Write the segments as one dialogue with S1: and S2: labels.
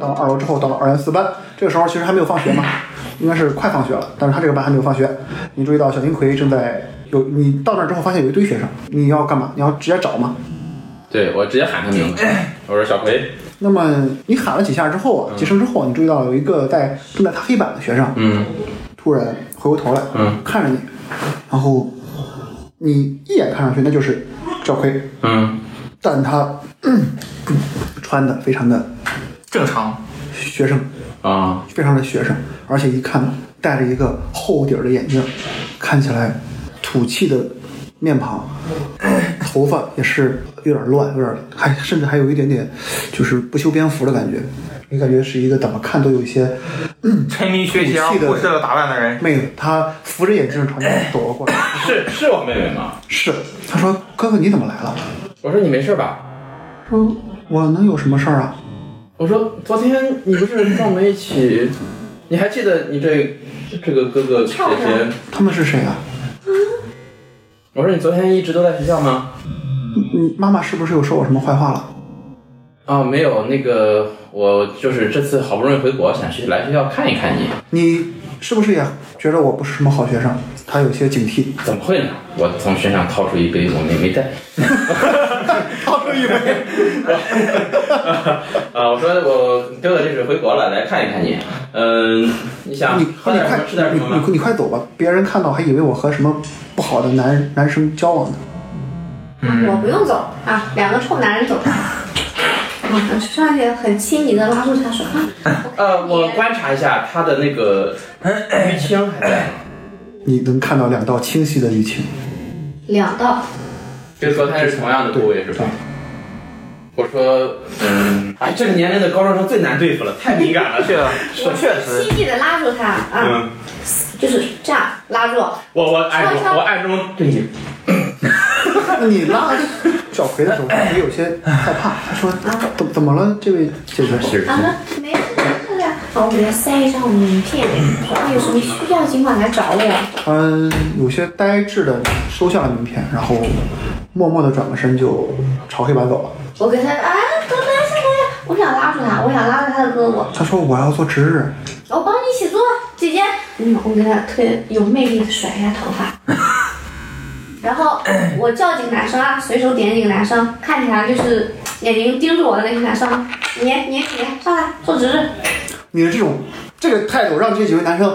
S1: 到二楼之后，到了二三四班，这个时候其实还没有放学嘛，应该是快放学了，但是他这个班还没有放学。你注意到小金葵正在有，你到那儿之后发现有一堆学生，你要干嘛？你要直接找嘛。
S2: 对我直接喊他名字，我说小葵，
S1: 那么你喊了几下之后啊，几声之后，你注意到有一个在正在擦黑板的学生，
S2: 嗯
S1: 突然回过头来，
S2: 嗯
S1: 看着你，然后你一眼看上去那就是赵奎，
S2: 嗯
S1: 但他、 嗯穿的非常的
S3: 正常，
S1: 学生，
S2: 啊
S1: 非常的学生，而且一看戴着一个厚底儿的眼镜，看起来土气的面庞， 头发也是有点乱，有点还甚至还有一点点就是不修边幅的感觉。你感觉是一个怎么看都有一些
S3: 沉迷学习然后
S1: 土气的
S3: 忽视了打扮的人，
S1: 妹子，她扶着眼镜朝你走了过来，
S2: 是是我妹妹吗？
S1: 是她说：“哥哥你怎么来了？”
S2: 我说你没事吧？
S1: 说：“我能有什么事儿啊？
S2: 我说昨天你不是跟我们一起，你还记得你这这个哥哥谁谁？
S1: 他们是谁啊？
S2: 我说你昨天一直都在学校吗？
S1: 你你妈妈是不是又说我什么坏话了？
S2: 啊，没有，那个我就是这次好不容易回国，想去来学校看一看你，
S1: 你是不是也觉得我不是什么好学生？”她有些警惕。
S2: 怎么会呢？我从身上掏出一杯，我没没带。
S1: 掏出一杯。
S2: 啊，我说我哥哥这是回国了，来看一看你。嗯，你想
S1: 你
S2: 喝
S1: 你
S2: 点什
S1: 快
S2: 么，吃点什么
S1: 你
S2: 吗？
S1: 你你快走吧，别人看到还以为我和什么不好的男男生交往呢。
S4: 我不用走啊，两个臭男人走。嗯，上去很亲昵的拉住他说啊，
S2: 呃，我观察一下他的 那个淤青还在吗，
S1: 你能看到两道清晰的淤青，
S4: 两道，
S2: 就说他是同样的部位是吧？我说，嗯，哎，这个年龄的高中生最难对付了，太敏感了，
S1: 啊
S3: 确
S4: 我
S3: 确实，
S4: 亲昵的拉住他啊，
S2: 嗯，
S4: 就是这样拉住，
S2: 我我暗中我暗中对你，
S1: 那你拉小葵的时候，也有些害怕，他说怎怎么了，这位姐姐？
S2: 是
S4: 啊，说没事的，我给他塞一张名片，说啊有什么需要尽管来找我。
S1: 嗯，有些呆滞的收下了名片，然后默默的转过身就朝黑板走了。
S4: 我给他啊，哥哥下来，我想拉住他，我想拉住他的胳膊，
S1: 他说我要做值日，
S4: 我帮你一起做，姐姐。嗯，我给他推有魅力的甩一下头发，然后我叫几个男生啊，随手点几个男生，看起来就是眼睛盯着我的那些男生，你你你上来做值日。
S1: 你的这种这个态度让这几位男生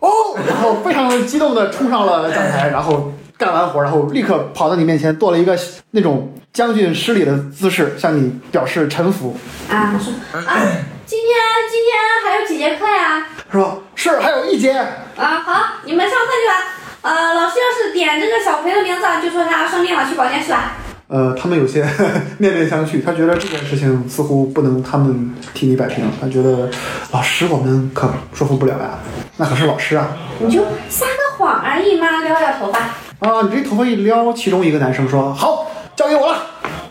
S1: 哦，然后非常激动的冲上了讲台，然后干完活，然后立刻跑到你面前，做了一个那种将军施礼的姿势，向你表示臣服。
S4: 啊，我说啊，今天今天还有几节课呀？
S1: 说是，还有一节，
S4: 啊，好，你们上课去吧。呃，老师要是点这个小葵的名字啊，就说他生病了，去保健室吧。
S1: 呃，他们有些 面面相觑，他觉得这件事情似乎不能他们替你摆平，他觉得老师我们可说服不了呀、那可是老师啊。
S4: 你就撒个谎而已嘛，撩撩头发。
S1: 啊，你这头发一撩，其中一个男生说：“好，交给我了，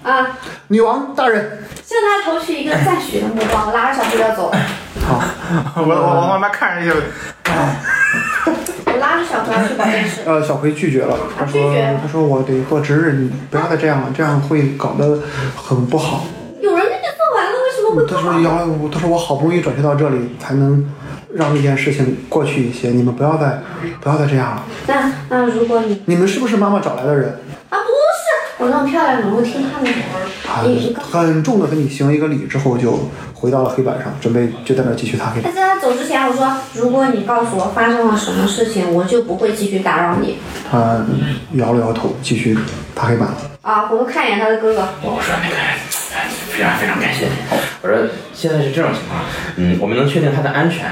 S4: 啊，
S1: 女王大人。
S4: 向他投去一个赞许的目光，拉着小葵要走。”
S1: 好，
S3: 我我我旁边看着就
S4: 我拉着小葵去保健室。
S1: 呃，小葵拒绝了，他说
S4: 啊拒绝：“
S1: 他说我得做值日，你不要再这样了，这样会搞得很不好。
S4: 有人认真做完了，为什么会”不
S1: 他
S4: 好
S1: 说：“？要，他说我好不容易转学到这里，才能让这件事情过去一些，你们不要再不要再这样了。
S4: 那那如果你
S1: 你们是不是妈妈找来的人？”
S4: 啊不是，我那么漂亮，能够听他的吗？你
S1: 很很重的跟你行了一个礼之后，就回到了黑板上，准备就在那儿继续擦黑板。
S4: 但是他走之前，我说如果你告诉我发生了什么事情，我就不会继续打扰你。
S1: 他呃摇了摇头，继续擦黑板了。
S4: 啊，回头看一眼他的哥哥。
S2: 我说那个，哎非常非常感谢你。我说现在是这种情况，嗯，我们能确定他的安全，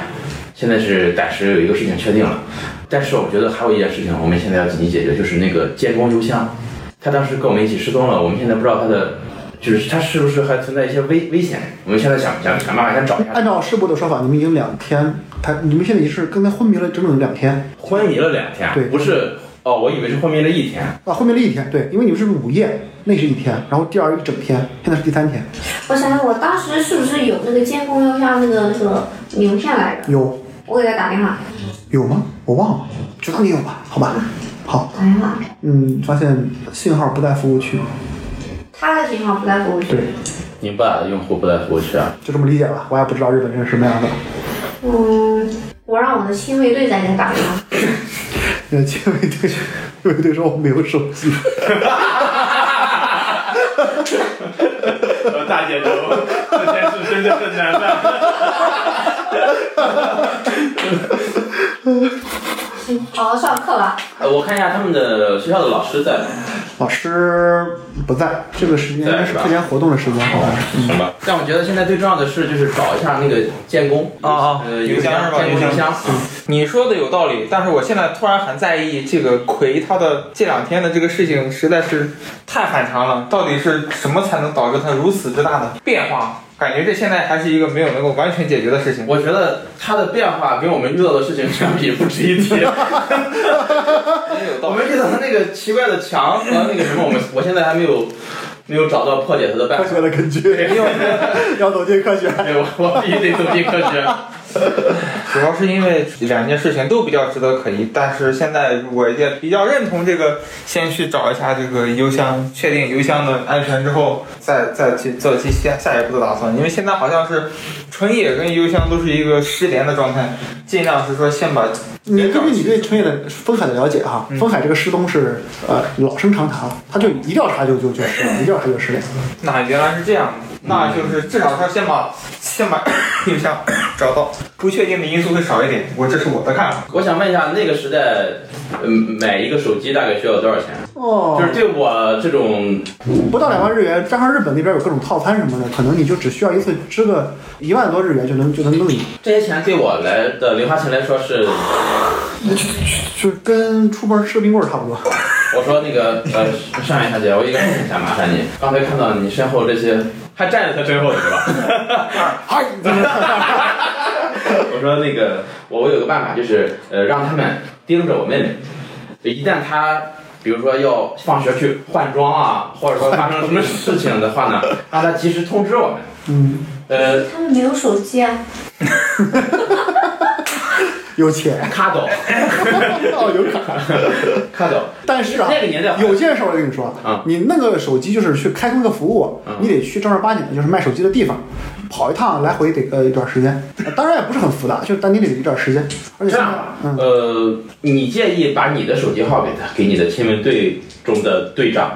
S2: 现在是暂时有一个事情确定了，但是我觉得还有一件事情我们现在要紧急解决，就是那个监工邮箱，他当时跟我们一起失踪了，我们现在不知道他的。就是他是不是还存在一些危危险？我们现在想想想办法先找一下他
S1: 按。照师部的说法，你们已经两天，他你们现在已经是刚才昏迷了整整两天
S2: 昏迷了两天，
S1: 对
S2: 不是哦，我以为是昏迷了一天。
S1: 啊，昏迷了一天，对，因为你们是午夜，那是一天，然后第二一整天，现在是第三天，
S4: 我想想，我当时是不是有那个监控录像那个那个名片来着？
S1: 有
S4: 我给他打电话，
S1: 有吗？我忘了，知道你有吧？好吧，好，
S4: 打电话，
S1: 嗯，发现信号不在服务区，
S4: 他的信号不在服务区。
S1: 对，
S2: 你不打的用户不在服务区啊？
S1: 就这么理解吧。我也不知道日本人是什么样的。
S4: 嗯，我让我的亲卫队在家打吗？
S1: 那亲卫队，亲卫队说我没有手机，
S5: 大姐头，这件事真的很难办。
S4: 嗯好好上课啊吧。
S2: 呃，我看一下他们的学校的老师在
S1: 老师不在，这个时间应该是课间活动的时间，好像是。
S2: 什么？但我觉得现在最重要的是，就是找一下那个建工
S3: 啊啊
S2: 呃，
S3: 邮箱是吧
S2: 建工邮
S3: 邮
S2: 箱
S3: 箱。 你说的有道理，但是我现在突然很在意这个葵他的这两天的这个事情，实在是太反常了。到底是什么才能导致他如此之大的变化？感觉这现在还是一个没有能够完全解决的事情。
S2: 我觉得他的变化跟我们遇到的事情相比不值一提。 我们遇到的那个奇怪的墙和那个什么，我们我现在还没有没有找到破解它的办
S1: 科
S2: 法。
S1: 学的根据， 要走进科学。
S2: 对，我我必须得走进科学。
S3: 主要是因为两件事情都比较值得可疑，但是现在我也比较认同这个，先去找一下这个邮箱，确定邮箱的安全之后，再再去做其下下一步的打算。因为现在好像是纯野跟邮箱都是一个失联的状态，尽量是说先把
S1: 你根据你对春野的风海的了解哈，风海这个失踪是呃老生常谈，他就一调查就就就失联，一调查就失联。
S3: 那原来是这样的，那就是至少他先把先把 邮箱找到，不确定的因素会少一点。我这是我的看法。
S2: 我想问一下，那个时代，嗯，买一个手机大概需要多少钱？
S1: 哦
S2: 就是对我这种，
S1: 不到两万日元，加上日本那边有各种套餐什么的，可能你就只需要一次支个一万多日元就能就能弄你，
S2: 这些钱对我来的零花钱来说是，
S1: 就是跟出门吃冰棍儿差不多。
S2: 我说那个呃，上元小姐，我应该问一下，麻烦你，刚才看到你身后这些，还站在他身后的是吧？
S1: 嗨，
S2: 我说那个，我我有个办法，就是呃，让他们盯着我妹妹，就一旦她比如说要放学去换装啊，或者说发生什么事情的话呢，让她及时通知我们。
S1: 嗯，
S2: 呃，
S4: 他们没有手机啊，
S1: 有钱，
S2: 卡倒，
S1: 哦，有卡。
S2: 卡倒。
S1: 但是啊，
S2: 那个年 代
S1: 有件事我跟你说
S2: 嗯，
S1: 你那个手机就是去开通个服务
S2: 嗯，
S1: 你得去正儿八经的，就是卖手机的地方，跑一趟来回得呃一段时 间，呃当然也不是很复杂，就是但你得有一段时间，而且
S2: 这
S1: 现
S2: 样
S1: 在
S2: 吧，
S1: 嗯，
S2: 呃，你介意把你的手机号给他，给你的亲卫队中的队长，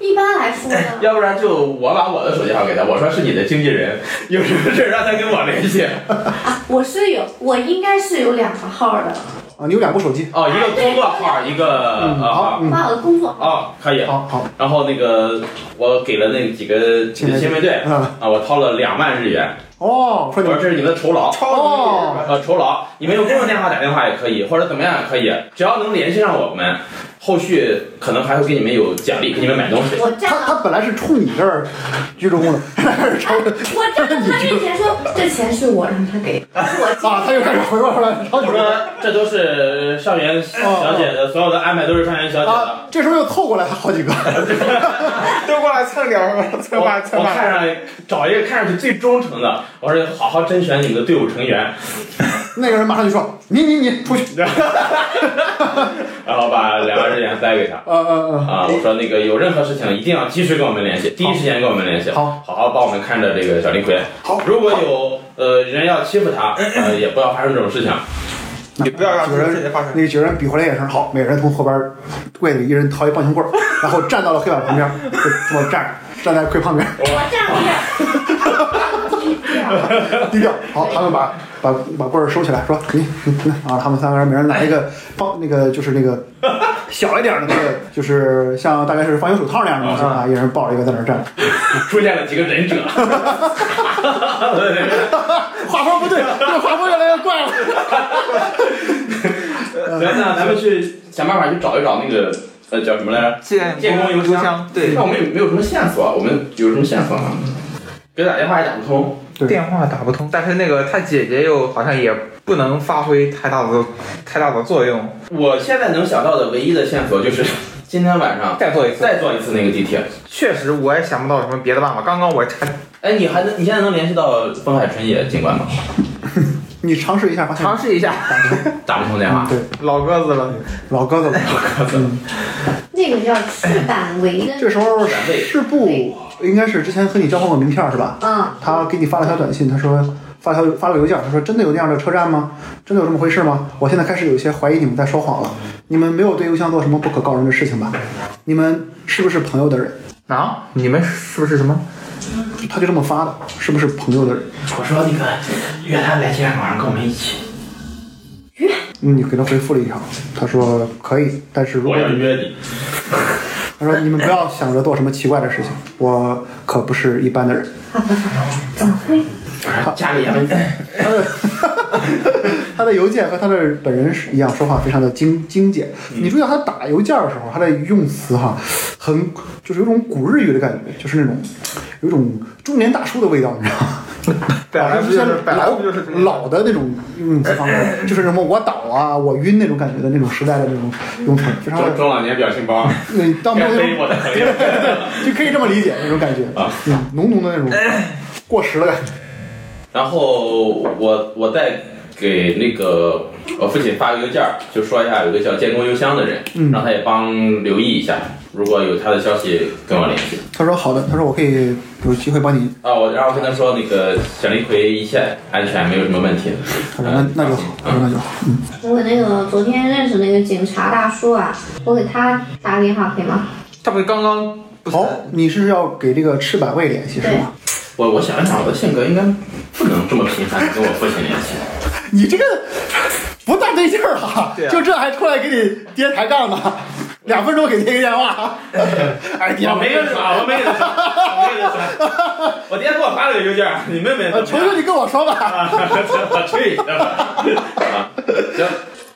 S4: 一般来说呢，
S2: 要不然就我把我的手机号给他，我说是你的经纪人，有什么事儿让他跟我联系。
S4: 啊，我是有，我应该是有两个号的，
S1: 啊，你有两部手机，
S2: 哦，一个工作号，一个
S1: 嗯，好
S2: 啊，，
S1: 嗯，
S4: 把我的工作
S2: 哦，可以。
S1: 好好，
S2: 然后那个我给了那几个
S1: 亲卫队
S2: 亲卫队
S1: 嗯，
S2: 啊，我掏了两万日元，
S1: 哦，
S2: 我
S1: 说你
S2: 说
S1: 们
S2: 这是你们的酬劳。
S1: 哦，
S2: 呃，酬劳，你们用公用电话打电话也可以，或者怎么样也可以，只要能联系上我们，后续可能还会给你们有奖励，给你们买东西。
S4: 我 站
S1: 他他
S4: 到
S1: 本来是冲你这儿居 中啊的，
S4: 我站到他面前说，这钱是我让他给的，是我
S1: 啊，他又开始回过头来，然后
S2: 我
S1: 你说。
S2: 说哦这都是上元小姐的，所有的安排都是上元小姐的。
S1: 啊，这时候又凑过来好几个，
S3: 都过来蹭点儿吧，
S2: 我
S3: 蹭吧蹭
S2: 我
S3: 吧。
S2: 看上找一个看上去最忠诚的，我说好好甄选你们的队伍成员，
S1: 那个人马上就说：“你你你出去。
S2: 然后把两万日元塞给他。”
S1: 呃呃
S2: 啊，我说那个有任何事情一定要及时跟我们联系，第一时间跟我们联系，
S1: 好，
S2: 好好帮我们看着这个小林葵。
S1: 好
S2: 如果有呃人要欺负他，呃也不要发生这种事情。
S3: 你不要
S1: 呃，
S3: 让
S1: 几个
S3: 这个事情
S1: 人
S3: 发生。
S1: 那几个人比划了一声，好，每人从后边柜里一人掏一棒球棍儿，然后站到了黑板旁边，就这么站着，站在柜旁边
S4: 我站到那儿，
S1: 低调。好，他们把把把棍儿收起来，说：“你你你啊，他们三个人每人拿一个棒，那个就是那个小一点的那个，就是像大概是防球手套那样的东西啊，一人抱着一个在那儿站着。
S2: 出现了几个忍者，
S1: 画风不对，这个画风越来越怪了。
S2: 那那咱们去想办法去找一找那个呃叫什么来着？
S3: 建
S2: 建工邮
S3: 邮
S2: 箱
S3: 箱，对
S2: 那，我们有没有什么线索啊？我们有什么线索吗？别打电话也打不通，
S1: 对
S3: 电话打不通，但是那个他姐姐又好像也不能发挥太大的太大的作用。
S2: 我现在能想到的唯一的线索就是 今天晚上
S3: 再做一次，
S2: 再坐一次那个地铁。
S3: 确实我也想不到什么别的办法。刚刚我 查
S2: 哎，你还能你现在能联系到风海春野警官吗？
S1: 你尝试一下，发现嗯
S3: 尝试一下，
S2: 打不通电话。
S1: 对
S3: 老鸽子了，
S1: 老鸽子了。嗯
S4: 那个叫去板 围的，
S1: 这时候是不
S4: 对
S1: 应该是之前和你交换过名片儿是吧？
S4: 嗯，
S1: 他给你发了条短信，他说发条发了邮件，他说真的有那样的车站吗？真的有这么回事吗？我现在开始有些怀疑你们在说谎了，你们没有对邮箱做什么不可告人的事情吧？你们是不是朋友的人？
S3: 啊，你们是不是什么？
S1: 他就这么发的，是不是朋友的人？
S2: 我说那个约他来今天晚上跟我们一起。
S1: 你给他回复了一条，他说可以，但是如果
S5: 我
S1: 你
S5: 要约你，
S1: 他说你们不要想着做什么奇怪的事情，我可不是一般的人。
S4: 怎么会？
S2: 我说家里也没
S1: 他的 他的邮件和他的本人是一样，说话非常的精精简。你注意到他打邮件的时候，他的用词哈，很就是有种古日语的感觉，就是那种有一种中年大叔的味道，你知道吗？
S3: 本来不就是
S1: 像
S3: 本来不就是这个
S1: 老老的那种用词方式，就是什么我倒啊，我晕那种感觉的那种时代的那种用词，非常
S5: 中
S1: 的
S5: 中老年表情
S2: 啊
S5: 包，
S1: 嗯，当没有
S5: 该
S1: 那种
S5: 背我的朋友。
S1: 就可以这么理解那种感觉
S5: 啊，
S1: 嗯，浓浓的那种过时的感觉。
S2: 然后我我再给那个我父亲发个邮件儿，就说一下有一个叫建工邮箱的人，让他也帮留意一下，如果有他的消息跟我联系。
S1: 他说好的，他说我可以有机会帮你，
S2: 啊，我然后跟他说那个小林葵一切安全，没有什么问题。嗯
S1: 他说那那就好，他说那就好，嗯，
S4: 我给那个昨天认识那个警察大叔啊，我给他打个电话可以吗？
S3: 他不是刚刚不是
S1: 好，你是要给这个赤坂卫联系是吗？
S2: 我我想一想，我的性格应该不能这么频繁的跟我父亲联系。
S1: 你这个不大对劲儿啊
S3: 对啊
S1: 就这还出来给你爹抬杠呢，两分钟给接个电话， 哎，爹
S5: 我没跟他说，
S2: 啊
S5: 我没跟他说，我没跟他说。我爹给我发了个邮件儿，你妹妹怎
S1: 呃
S5: 么
S1: 求
S5: 样
S1: 求你跟我说吧。
S3: 啊
S5: 我去你的吧！
S2: 啊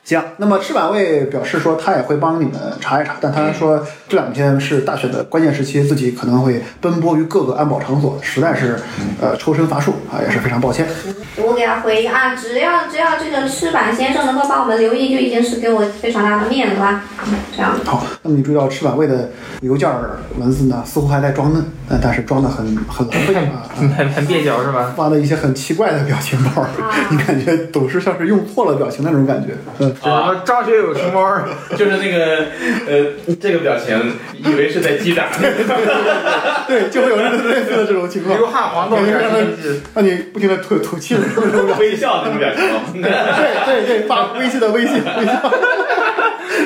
S1: 行，那么赤坂卫表示说他也会帮你们查一查，但他说这两天是大选的关键时期，自己可能会奔波于各个安保场所，实在是呃抽身乏术啊，也是非常抱歉。
S4: 我给他回啊，只要只要这个赤坂先生能够帮我们留意，就已经是给我非常大的面子啦。这样的，
S1: 好，那么你注意到赤坂卫的邮件儿文字呢，似乎还在装嫩，但但是装的很很狼狈 啊。
S3: 很很很蹩脚是吧？
S1: 发了一些很奇怪的表情包，你感觉总是像是用错了表情那种感觉。嗯，
S3: 什么张学友熊猫儿？
S2: 就是那个呃，这个表情，以为是在击打。
S1: 对，就会有类似的这种情况，
S3: 流汗黄豆
S1: 感觉
S3: 点
S1: 让
S3: 儿
S1: 他让你不停的吐吐气的那种感觉。
S5: 微笑那种表情包，
S1: 对对对，发微信的微信，微笑，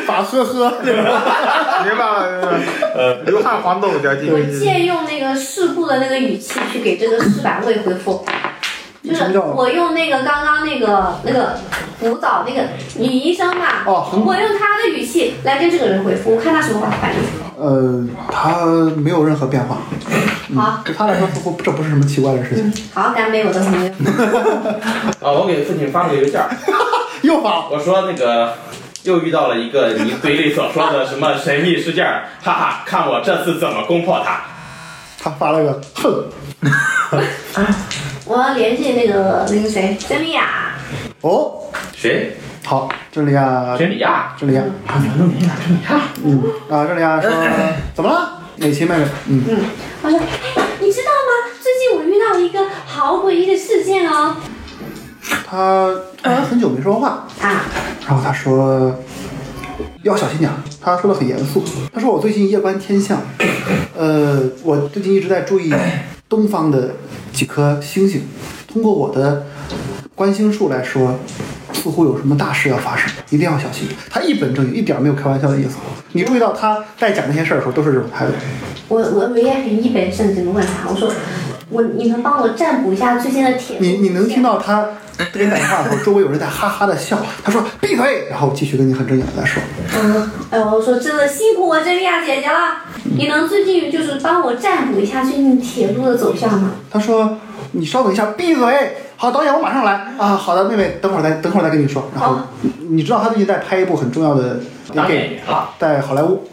S1: 发呵呵这种。
S3: 明白了，明白了。哦 呃，流汗黄豆点儿
S4: 我
S3: 进去。
S4: 借用那个事故的那个语气去给这个赤坂卫回复，就
S1: 什么
S4: 是
S1: 叫
S4: 我用那个刚刚那个那个古早那个女医生嘛，
S1: 哦很
S4: 我用她的语气来跟这个人回复，我看她什么反应。
S1: 呃，他没有任何变化，
S4: 好，
S1: 对他来说似乎这不是什么奇怪的事情。
S4: 好，干杯，我 的朋友。
S2: 啊，我给父亲发了个邮件儿，
S1: 又发，
S2: 我说那个又遇到了一个你嘴里所说的什么神秘事件儿，哈哈，看我这次怎么攻破它。
S1: 他发了个哼。
S4: 我要联系那个那个谁，珍妮雅。
S1: 哦，
S2: 谁？
S1: 好，这里啊，
S2: 真理亚。
S1: 这里啊，
S2: 啊，你们弄真理亚？
S1: 嗯啊，这里啊说怎么了？美琪妹妹，嗯，
S4: 我说，哎，你知道吗？最近我遇到了一个好诡异的事件哦。
S1: 她突然很久没说话，
S4: 啊，
S1: 然后他说要小心点儿。他说的很严肃，他说我最近夜观天象，呃，我最近一直在注意东方的几颗星星。通过我的观星术来说，似乎有什么大事要发生，一定要小心。他一本正经，一点儿没有开玩笑的意思。你注意到他在讲那些事儿的时候都是这种态度。
S4: 我我我也很一本正经的问他，我说，我你能帮我占卜一下最近的铁？
S1: 你你能听？到他
S2: 哎
S1: 跟你打电话的时候，周围有人在哈哈的笑。他说闭嘴，然后继续跟你很正经的在说。
S4: 嗯，哎，我说真的辛苦我珍妮亚姐姐了。你能最近就是帮我占卜一下最近铁路的走向吗？
S1: 他说：“你稍等一下，闭嘴。”好，导演，我马上来啊！好的，妹妹，等会儿再等会儿再跟你说。然后
S4: 好
S1: 你你知道他最近在拍一部很重要的
S2: 当
S1: 电
S2: 演
S1: 影，
S2: 员了。
S1: 在好莱坞。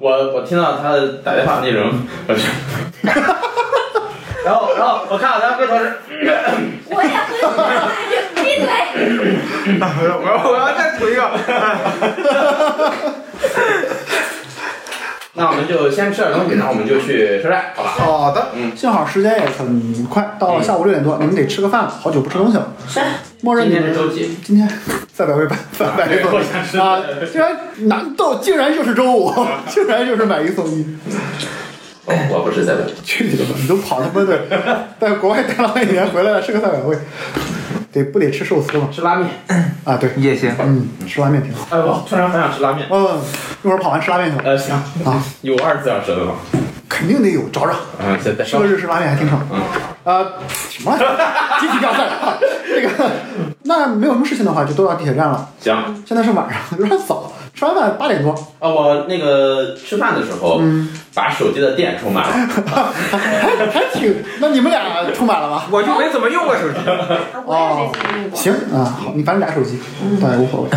S2: 我我听到他的打电话内容，我去。 然后然后我看到他回头是，
S4: 我也会，闭嘴。
S3: 我要我要再吐一 个。
S2: 那我们就先吃点东西，然后我们就去车站，好吧？
S1: 好的，
S2: 嗯
S1: 幸好时间也很快，到了下午六点多，你们得吃个饭了，好久不吃东西了。
S4: 是，
S1: 默认
S2: 今
S1: 你
S2: 天
S1: 们
S2: 是周几？
S1: 今天在百味百反百味
S5: 对我想吃
S1: 啊，竟然难道竟然又是周五， 竟然又是买一送一，
S2: 哦，我不是在问。
S1: 去你的吧！你都跑他妈的，在国外待了一年回来了，吃个赛百味，得不得吃寿司吗？
S2: 吃拉面。
S1: 啊，对，
S3: 也行。
S1: 嗯，吃拉面挺好。
S5: 哎
S2: 哦
S5: 呦，突然很想吃拉面。
S1: 嗯，一会儿跑完吃拉面去吧。
S5: 呃，行
S1: 啊，
S5: 有二十四小时的吗？
S1: 肯定得有找找。
S2: 嗯，再再
S1: 吃
S2: 稍
S1: 个日式拉面还挺爽。啊，什么来着？集体掉赛啊！ 这个，那没有什么事情的话，就都到地铁站了。
S2: 行。
S1: 现在是晚上，有点早，吃完饭八点多，
S2: 啊，我那个吃饭的时候，把手机的电充满了。
S1: 还还挺。那你们俩充满了吧？
S3: 我就没怎么用过手机，
S4: 我也没怎么用过。
S1: 行啊，好，你反正俩手机，对，无所谓。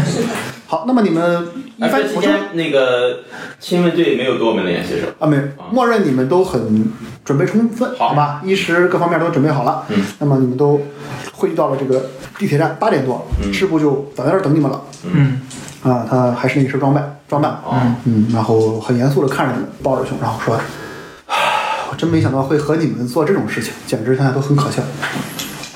S1: 好，那么你们一
S2: 啊，
S1: 番
S2: 这期
S1: 补充
S2: 间那个亲卫队没有给我们联系是吧？
S1: 啊，没有，默认你们都很准备充分，
S2: 好
S1: 好吧？衣食各方面都准备好了，
S2: 嗯，
S1: 那么你们都汇聚到了这个地铁站，八点多，师傅就早在这儿等你们了。
S3: 嗯，
S1: 啊，他还是那一身装扮，装扮，
S2: 哦，
S1: 嗯，然后很严肃的看着你们，抱着胸，然后说：“ 唉我真没想到会和你们做这种事情，简直现在都很可笑。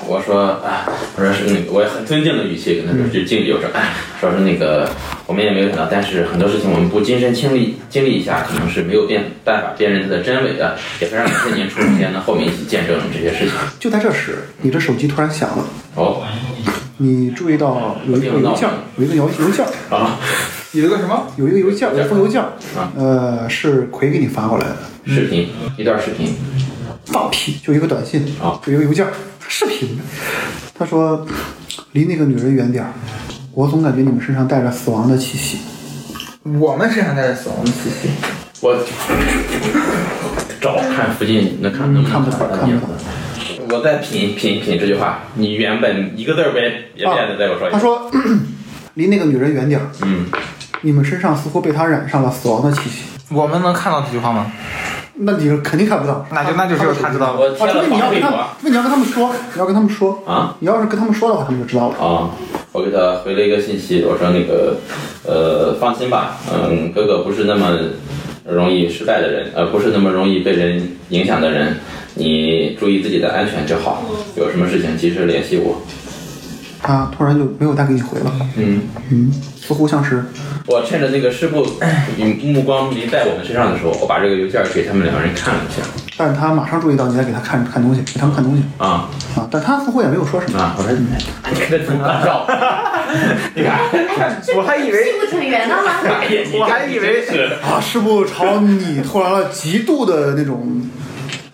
S2: 我说啊，我说是那个，我也很尊敬的语气跟他说，
S1: 嗯
S2: 就敬礼，我说哎，说是那个，我们也没有想到，但是很多事情我们不亲身经历经历一下，可能是没有辨办法辨认它的真伪的。也非常感谢您出现呢，后面一起见证这些事情。”
S1: 就在这时，你的手机突然响了，
S2: 哦，
S1: 你注意到有一个邮件，有一个邮邮件，
S2: 啊，
S3: 有一个什么？
S1: 有一个邮件，有一封邮件
S2: 啊，
S1: 呃，是奎给你发过来的。
S2: 视频一段视频，
S1: 放屁，就一个短信
S2: 啊，
S1: 就一个邮件，视频。他说：“离那个女人远点儿，我总感觉你们身上带着死亡的气息。
S3: 我们身上带着死亡的气息。
S2: 我找看附近能看能
S1: 嗯
S2: 不
S1: 看
S2: 能
S1: 不出来
S2: 到
S1: 看不出
S2: 我再品品品这句话，你原本一个字儿别也
S1: 哦
S2: 别的再给我说一
S1: 他
S2: 遍。
S1: 说：“ 咳咳离那个女人远点儿，
S2: 嗯，
S1: 你们身上似乎被她染上了死亡的气息。”
S3: 我们能看到这句话吗？
S1: 那你肯定看不到。
S3: 那就那就只有他知道了。
S2: 我
S1: 啊，
S2: 贴
S1: 除
S2: 了
S1: 非你要
S2: 防
S1: 跟
S2: 备
S1: 他
S2: 我
S1: 们，除非你要跟他们说，你要跟他们说
S2: 啊。
S1: 你要是跟他们说的话，他们就知道了。
S2: 啊，我给他回了一个信息，我说那个，呃，放心吧，嗯，哥哥不是那么容易失败的人，呃，不是那么容易被人影响的人，你注意自己的安全就好，有什么事情及时联系我。
S1: 他突然就没有再给你回了，
S2: 嗯，
S1: 嗯，似乎像是
S2: 我趁着那个师部目光没在我们身上的时候，我把这个邮件给他们两个人看了一下。
S1: 但是他马上注意到你在给他看看东西，给他们看东西
S2: 啊
S1: 啊，但他似乎也没有说什么。
S2: 啊！我说你看这怎么 打扰？你看，
S4: 哎
S3: 我还以为
S4: 屁股挺圆的吗？
S3: 我还以为
S2: 是
S1: 啊，师傅朝你突然了极度的那种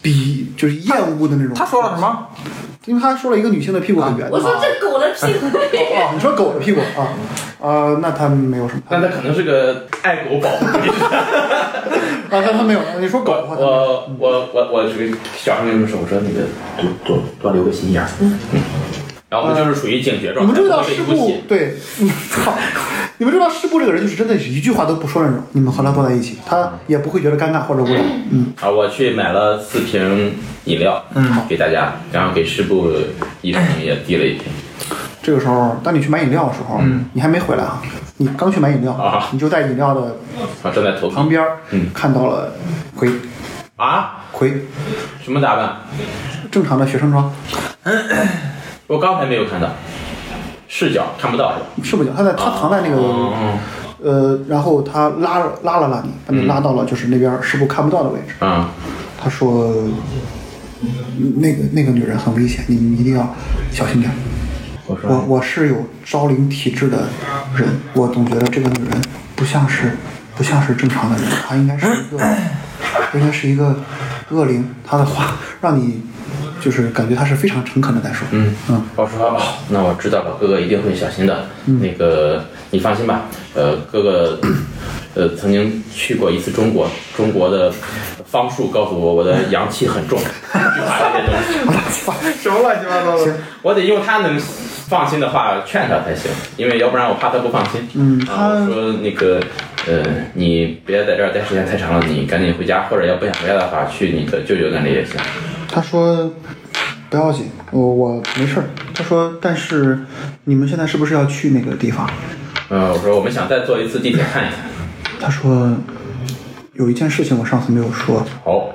S1: 鄙，就是厌恶的那种。
S3: 他说了什？么？
S1: 因为他说了一个女性的屁股很圆。
S4: 我说这狗的屁股。
S1: 哦，你说狗的屁股啊？啊，那他没有什么。
S2: 但他可能是个爱狗保护者。
S1: 啊，他他没有。你说狗的话，他没有
S2: 我我我我这个小声跟他们说，我说那个多多多留个心眼儿。嗯。然后我们就是处于警觉
S1: 你
S2: 状
S1: 们
S2: 态，
S1: 注意到
S2: 不会被
S1: 师
S2: 突
S1: 部
S2: 袭
S1: 对，嗯操，你们注意到师部这个人就是真的是一句话都不说那种。你们和他坐在一起，他也不会觉得尴尬或者无聊。嗯，
S2: 啊！我去买了四瓶饮料，嗯，给大家，然后给师部一人也递了一瓶。
S1: 这个时候，当你去买饮料的时候，
S3: 嗯
S1: 你还没回来啊，你刚去买饮料，
S2: 啊
S1: 你就在饮料的
S2: 啊，正在投
S1: 旁
S2: 币
S1: 边儿
S2: 嗯
S1: 看到了奎
S2: 啊？
S1: 奎
S2: 什么打扮？
S1: 正常的学生装，
S2: 我刚才没有看到，视角看不到是吧？
S1: 是不是？他在他藏在那个。
S2: 哦，
S1: 呃，然后他拉了拉了拉你，把你拉到了就是那边儿师傅看不到的位置。
S2: 嗯，
S1: 他说：“嗯那个那个女人很危险，你们一定要小心点儿。”
S2: 我说
S1: 我我是有招灵体质的人，我总觉得这个女人不像是不像是正常的人，她应该是 一个应该是一个恶灵。她的话让你就是感觉她是非常诚恳的在说，嗯嗯，
S2: 我说哦，那我知道了，哥哥一定会小心的。那个你放心吧，呃，哥哥，呃，曾经去过一次中国，中国的方术告诉我，我的阳气很 重，惧怕这些东西，
S3: 什么乱七八糟的？
S2: 我得用他能放心的话劝他才行，因为要不然我怕他不放心。嗯，啊，我说那个。呃，你别在这儿待时间太长了，你赶紧回家，或者要不想回家的话，去你的舅舅那里也行。
S1: 他说不要紧，我我没事儿。他说但是你们现在是不是要去那个地方？
S2: 呃，我说我们想再坐一次地铁看一看。
S1: 他说有一件事情我上次没有说，
S2: 好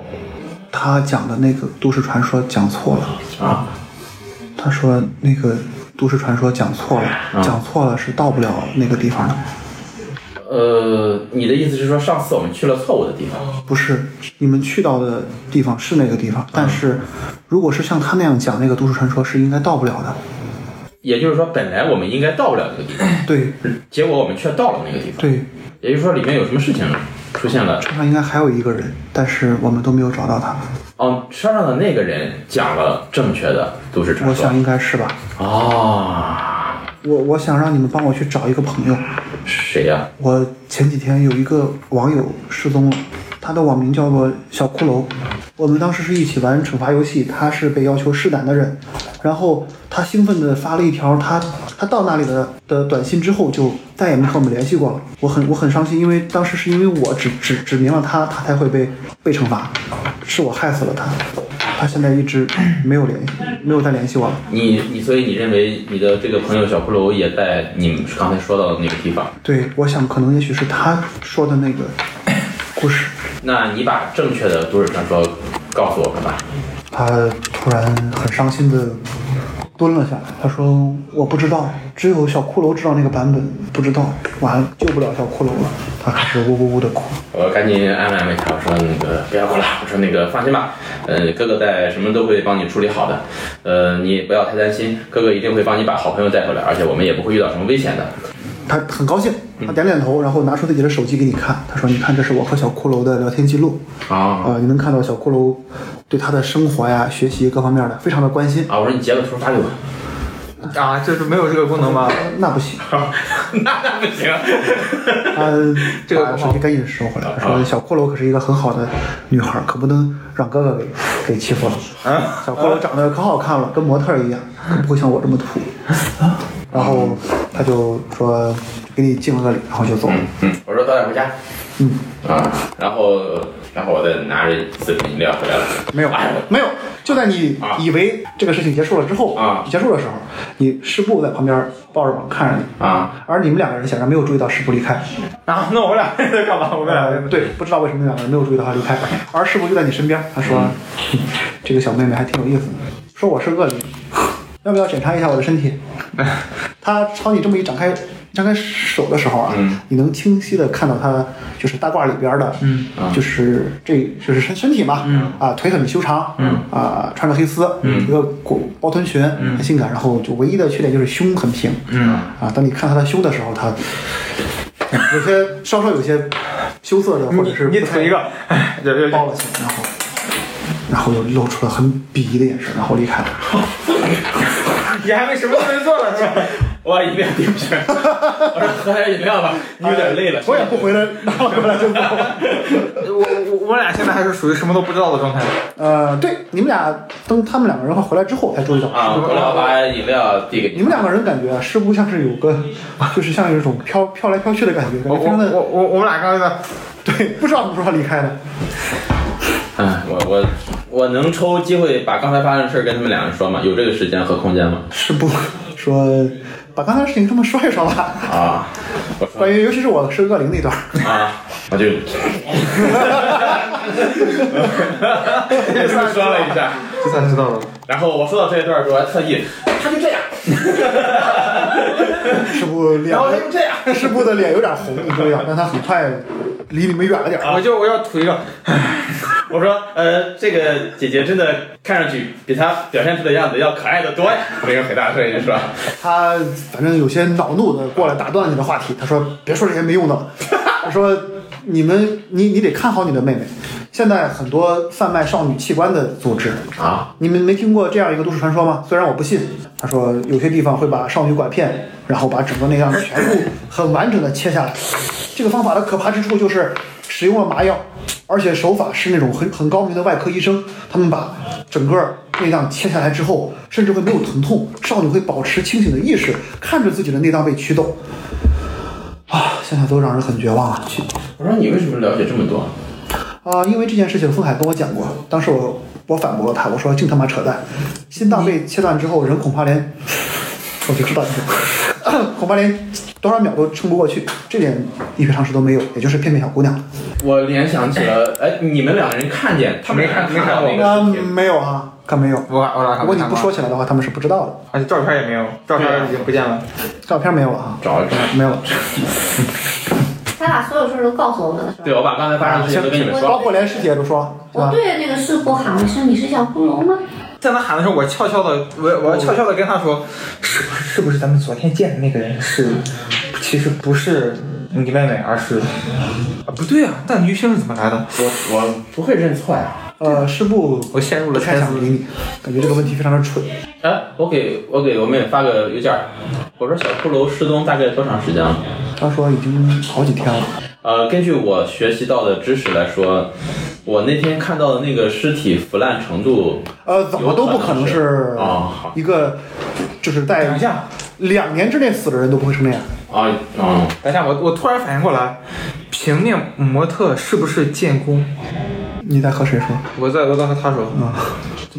S1: 他讲的那个都市传说讲错了。
S2: 啊，
S1: 他说那个都市传说讲错了，讲错了是到不了那个地方的。
S2: 呃，你的意思是说上次我们去了错误的地方？
S1: 不是，你们去到的地方是那个地方，但是如果是像他那样讲那个都市传说，是应该到不了的。
S2: 也就是说，本来我们应该到不了那个地方，
S1: 对
S2: 结果我们却到了那个地方。
S1: 对，
S2: 也就是说，里面有什么事情出现了？
S1: 车上应该还有一个人，但是我们都没有找到他。
S2: 哦，车上的那个人讲了正确的都市传
S1: 我
S2: 说
S1: 想应该是吧。
S2: 啊，
S1: 我我想让你们帮我去找一个朋友。
S2: 谁呀、
S1: 我前几天有一个网友失踪了，他的网名叫做小骷髅。我们当时是一起玩惩罚游戏，他是被要求试胆的人，然后他兴奋地发了一条他他到那里的的短信之后，就再也没和我们联系过了。我很我很伤心，因为当时是因为我指指指明了他，他才会被被惩罚，是我害死了他。他现在一直没有联系，没有再联系我了。
S2: 你你，所以你认为你的这个朋友小骷髅也在你们刚才说到的那个地方？
S1: 对，我想可能也许是他说的那个故事。
S2: 那你把正确的都市传说告诉我们吧。
S1: 他突然很伤心的蹲了下来，他说：“我不知道，只有小骷髅知道那个版本，不知道，完了救不了小骷髅了。”他开始呜呜呜的哭。
S2: 我赶紧安慰安慰他，我说那个不要哭了，我说那个放心吧，呃，哥哥在什么都会帮你处理好的，呃，你也不要太担心，哥哥一定会帮你把好朋友带回来，而且我们也不会遇到什么危险的。
S1: 他很高兴，他点点头，然后拿出自己的手机给你看，他说：“你看，这是我和小骷髅的聊天记录。”
S2: 啊
S1: 啊，你能看到小骷髅对他的生活呀、学习各方面的非常的关心。
S2: 啊，我说你截个图发给我，
S3: 啊，就是没有这个功能吗？
S1: 那不行，
S2: 那那不行，
S1: 他
S3: 这个
S1: 把
S3: 不
S1: 手
S3: 好啊
S1: 机赶紧收回来。他说：“小骷髅可是一个很好的女孩，可不能让哥哥给给欺负了。”
S3: 啊，
S1: 小骷髅长得可好看了，跟模特儿一样，可不会像我这么土。然后他就说给你敬了个礼，然后就走了。
S2: 嗯，我说早点回家，
S1: 嗯，
S2: 啊，然后然后我再拿着四瓶饮料回来了，
S1: 没有
S2: 哎，
S1: 没有，就在你
S2: 啊
S1: 以为这个事情结束了之后，
S2: 啊
S1: 结束的时候，你师部在旁边抱着膀看着你，
S2: 啊，
S1: 而你们两个人显然没有注意到师部离开。
S3: 啊，那我俩在干嘛？我们俩在
S1: 呃对，不知道为什么你两个人没有注意到他离开，而师傅就在你身边，他说：“嗯 这个小妹妹还挺有意思的，说我是恶灵，要不要检查一下我的身体？”他朝你这么一展开张开手的时候啊，你能清晰的看到他就是大褂里边的，嗯，就是这就是身身体嘛，啊，腿很修长，嗯，啊，穿着黑丝，嗯，一个裹包臀裙，很性感，然后就唯一的缺点就是胸很平，嗯，啊，当你看他的胸的时候，他。有些稍稍有些羞涩的，或者是
S3: 你
S1: 不太
S3: 腿一个， 哎，这这
S1: 包了起来，然后然后又露出了很鄙夷的眼神，然后离开了。
S3: 你还没什么都没做呢，是吧？
S2: 我饮料对不起，我说喝点饮料吧，你有点累了，
S1: 我也不回来，然后回来就走了。
S3: 我我我俩现在还是属于什么都不知道的状态。
S1: 呃，对，你们俩等他们两个人回来之后才哎注意到
S2: 啊，我要把饮料递给
S1: 你们两个人感觉啊，似乎像是有个，就是像有一种飘飘来飘去的感觉，感
S3: 我
S1: 觉非
S3: 我
S1: 常
S2: 哦
S3: 我
S1: 的
S3: 我我们俩刚才在
S1: 对，不知道什么时候离开的。
S2: 哎，我我我能抽机会把刚才发生的事儿跟他们两人说吗？有这个时间和空间吗？
S1: 是不说把刚才事情这么说一说吧，
S2: 啊，我说
S1: 关于尤其是我是恶灵那段儿，
S2: 啊，我 就这么说了一下，
S3: 这才知道的。
S2: 然后我说到这一段的时候还特意，他就这样，
S1: 是不脸
S2: 然后他就这样，
S1: 是不的脸有点红，你注意啊，但他很快离你们远了点儿。
S2: 啊
S3: 我就我要吐一个，
S2: 我说呃，这个姐姐真的看上去比她表现出的样子要可爱的多呀。没人回答这一说，
S1: 他反正有些恼怒的过来打断你的话题，他说：“别说这些没用的了。” 他说：“你们，你你得看好你的妹妹。现在很多贩卖少女器官的组织
S2: 啊，
S1: 你们没听过这样一个都市传说吗？虽然我不信。”他说：“有些地方会把少女拐骗，然后把整个那样全部很完整的切下来。这个方法的可怕之处就是使用了麻药，而且手法是那种很很高明的外科医生，他们把整个内脏切下来之后，甚至会没有疼痛，少女会保持清醒的意识，看着自己的内脏被驱动。啊，想想都让人很绝望啊！去
S2: 我说你为什么了解这么多？
S1: 啊，因为这件事情，风海跟我讲过，当时我我反驳了他，我说净他妈扯淡，心脏被切断之后，人恐怕连，我就知道你，恐怕连多少秒都撑不过去，这点医学常识都没有，也就是骗骗小姑娘。
S2: 我联想起了，哎，你们两个人看见，他们俩
S3: 没看
S2: 看到
S3: 没
S2: 那个
S3: 看
S1: 那
S2: 视频，
S1: 没有啊，看没有。
S3: 我我俩
S1: 如果你不说，起来的话，他们是不知道的。
S3: 而且照片也没有，照片已经不见了。
S1: 照片没有了啊，
S2: 找一找。
S1: 没有了，
S4: 他把所有事儿都告诉我们了，是吧？
S2: 对，我啊把刚才发生的事情都跟你们
S1: 包
S2: 说。
S1: 括连尸体也都说，是
S4: 我
S1: 吧？
S4: 对着那个尸骨喊了一声：“你是小骷髅吗
S3: 在那喊的时候，我悄悄的，我我要悄悄的跟他说，是不是是不是咱们昨天见的那个人是，其实不是你妹妹，而是，啊不对啊，那女星是怎么来的？
S2: 我我不会认错呀。
S1: 呃，师部
S3: 我陷入
S1: 不
S3: 了
S1: 太
S3: 猜
S1: 想理
S3: 思。
S1: 你，感觉这个问题非常的蠢。
S2: 哎，我给我给我妹发个邮件儿，我说小骷髅失踪大概多长时间了？
S1: 他说已经好几天了，
S2: 呃，根据我学习到的知识来说，我那天看到的那个尸体腐烂程度，
S1: 呃，怎么都不可能是
S2: 哦好
S1: 一个，就是
S3: 等一
S1: 在
S3: 下，
S1: 两年之内死的人都不会成那样。
S2: 啊，嗯，
S3: 等一下，我我突然反应过来，平面模特是不是建工？
S1: 你在和谁说？
S3: 我在我在和他说，
S1: 啊、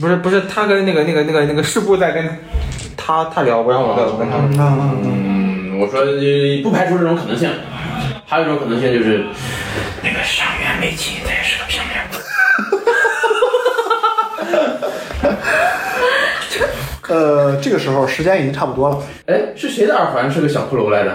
S3: 不是不是，他跟那个那个那个那个事故在跟他他聊，然后我在我跟他
S1: 嗯，
S3: 说，
S1: 那那那
S2: 嗯，我说呃不排除这种可能性，还有一种可能性就是那个上元美纪她也是个平面。
S1: 呃，这个时候时间已经差不多了。
S2: 哎，是谁的耳环是个小骷髅来着？？”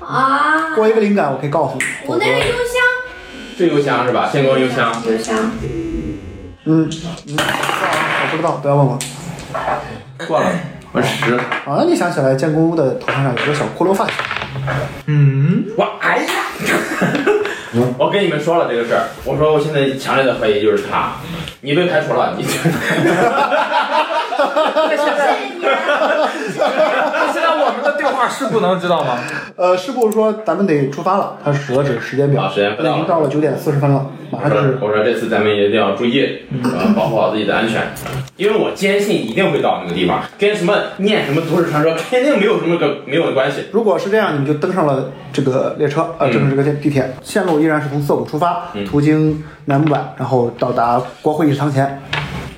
S4: 啊，
S1: 给我一个灵感，我可以告诉你。
S4: 我那是邮箱，
S2: 这邮箱是吧？建工邮箱。
S4: 邮箱。
S1: 嗯，嗯我不知道，不要问我。
S2: 过了，我十。
S1: 马上就想起来，建工的头上有一个小骷髅发型。
S3: 嗯，
S2: 我 哎呀！我跟你们说了这个事儿，我说我现在强烈的怀疑就是他，你被排除了，你。
S4: 谢谢你啊！
S3: 那现在我们的对话事故能知道吗？
S1: 呃，师傅说咱们得出发了，他折指时间表，
S2: 啊时间不
S1: 已
S2: 到了
S1: 经到了九点四十分了，马
S2: 我
S1: 上就
S2: 说
S1: 是嗯
S2: 我说这次咱们一定要注意，呃保护好自己的安全，因为我坚信一定会到那个地方，跟什么念什么都市传说肯定没有什么个没有关系。
S1: 如果是这样，你们就登上了这个列车，呃，
S2: 嗯
S1: 登上这个地地铁。线路依然是从涩谷出发，途经南木坂，然后到达国会议事堂前。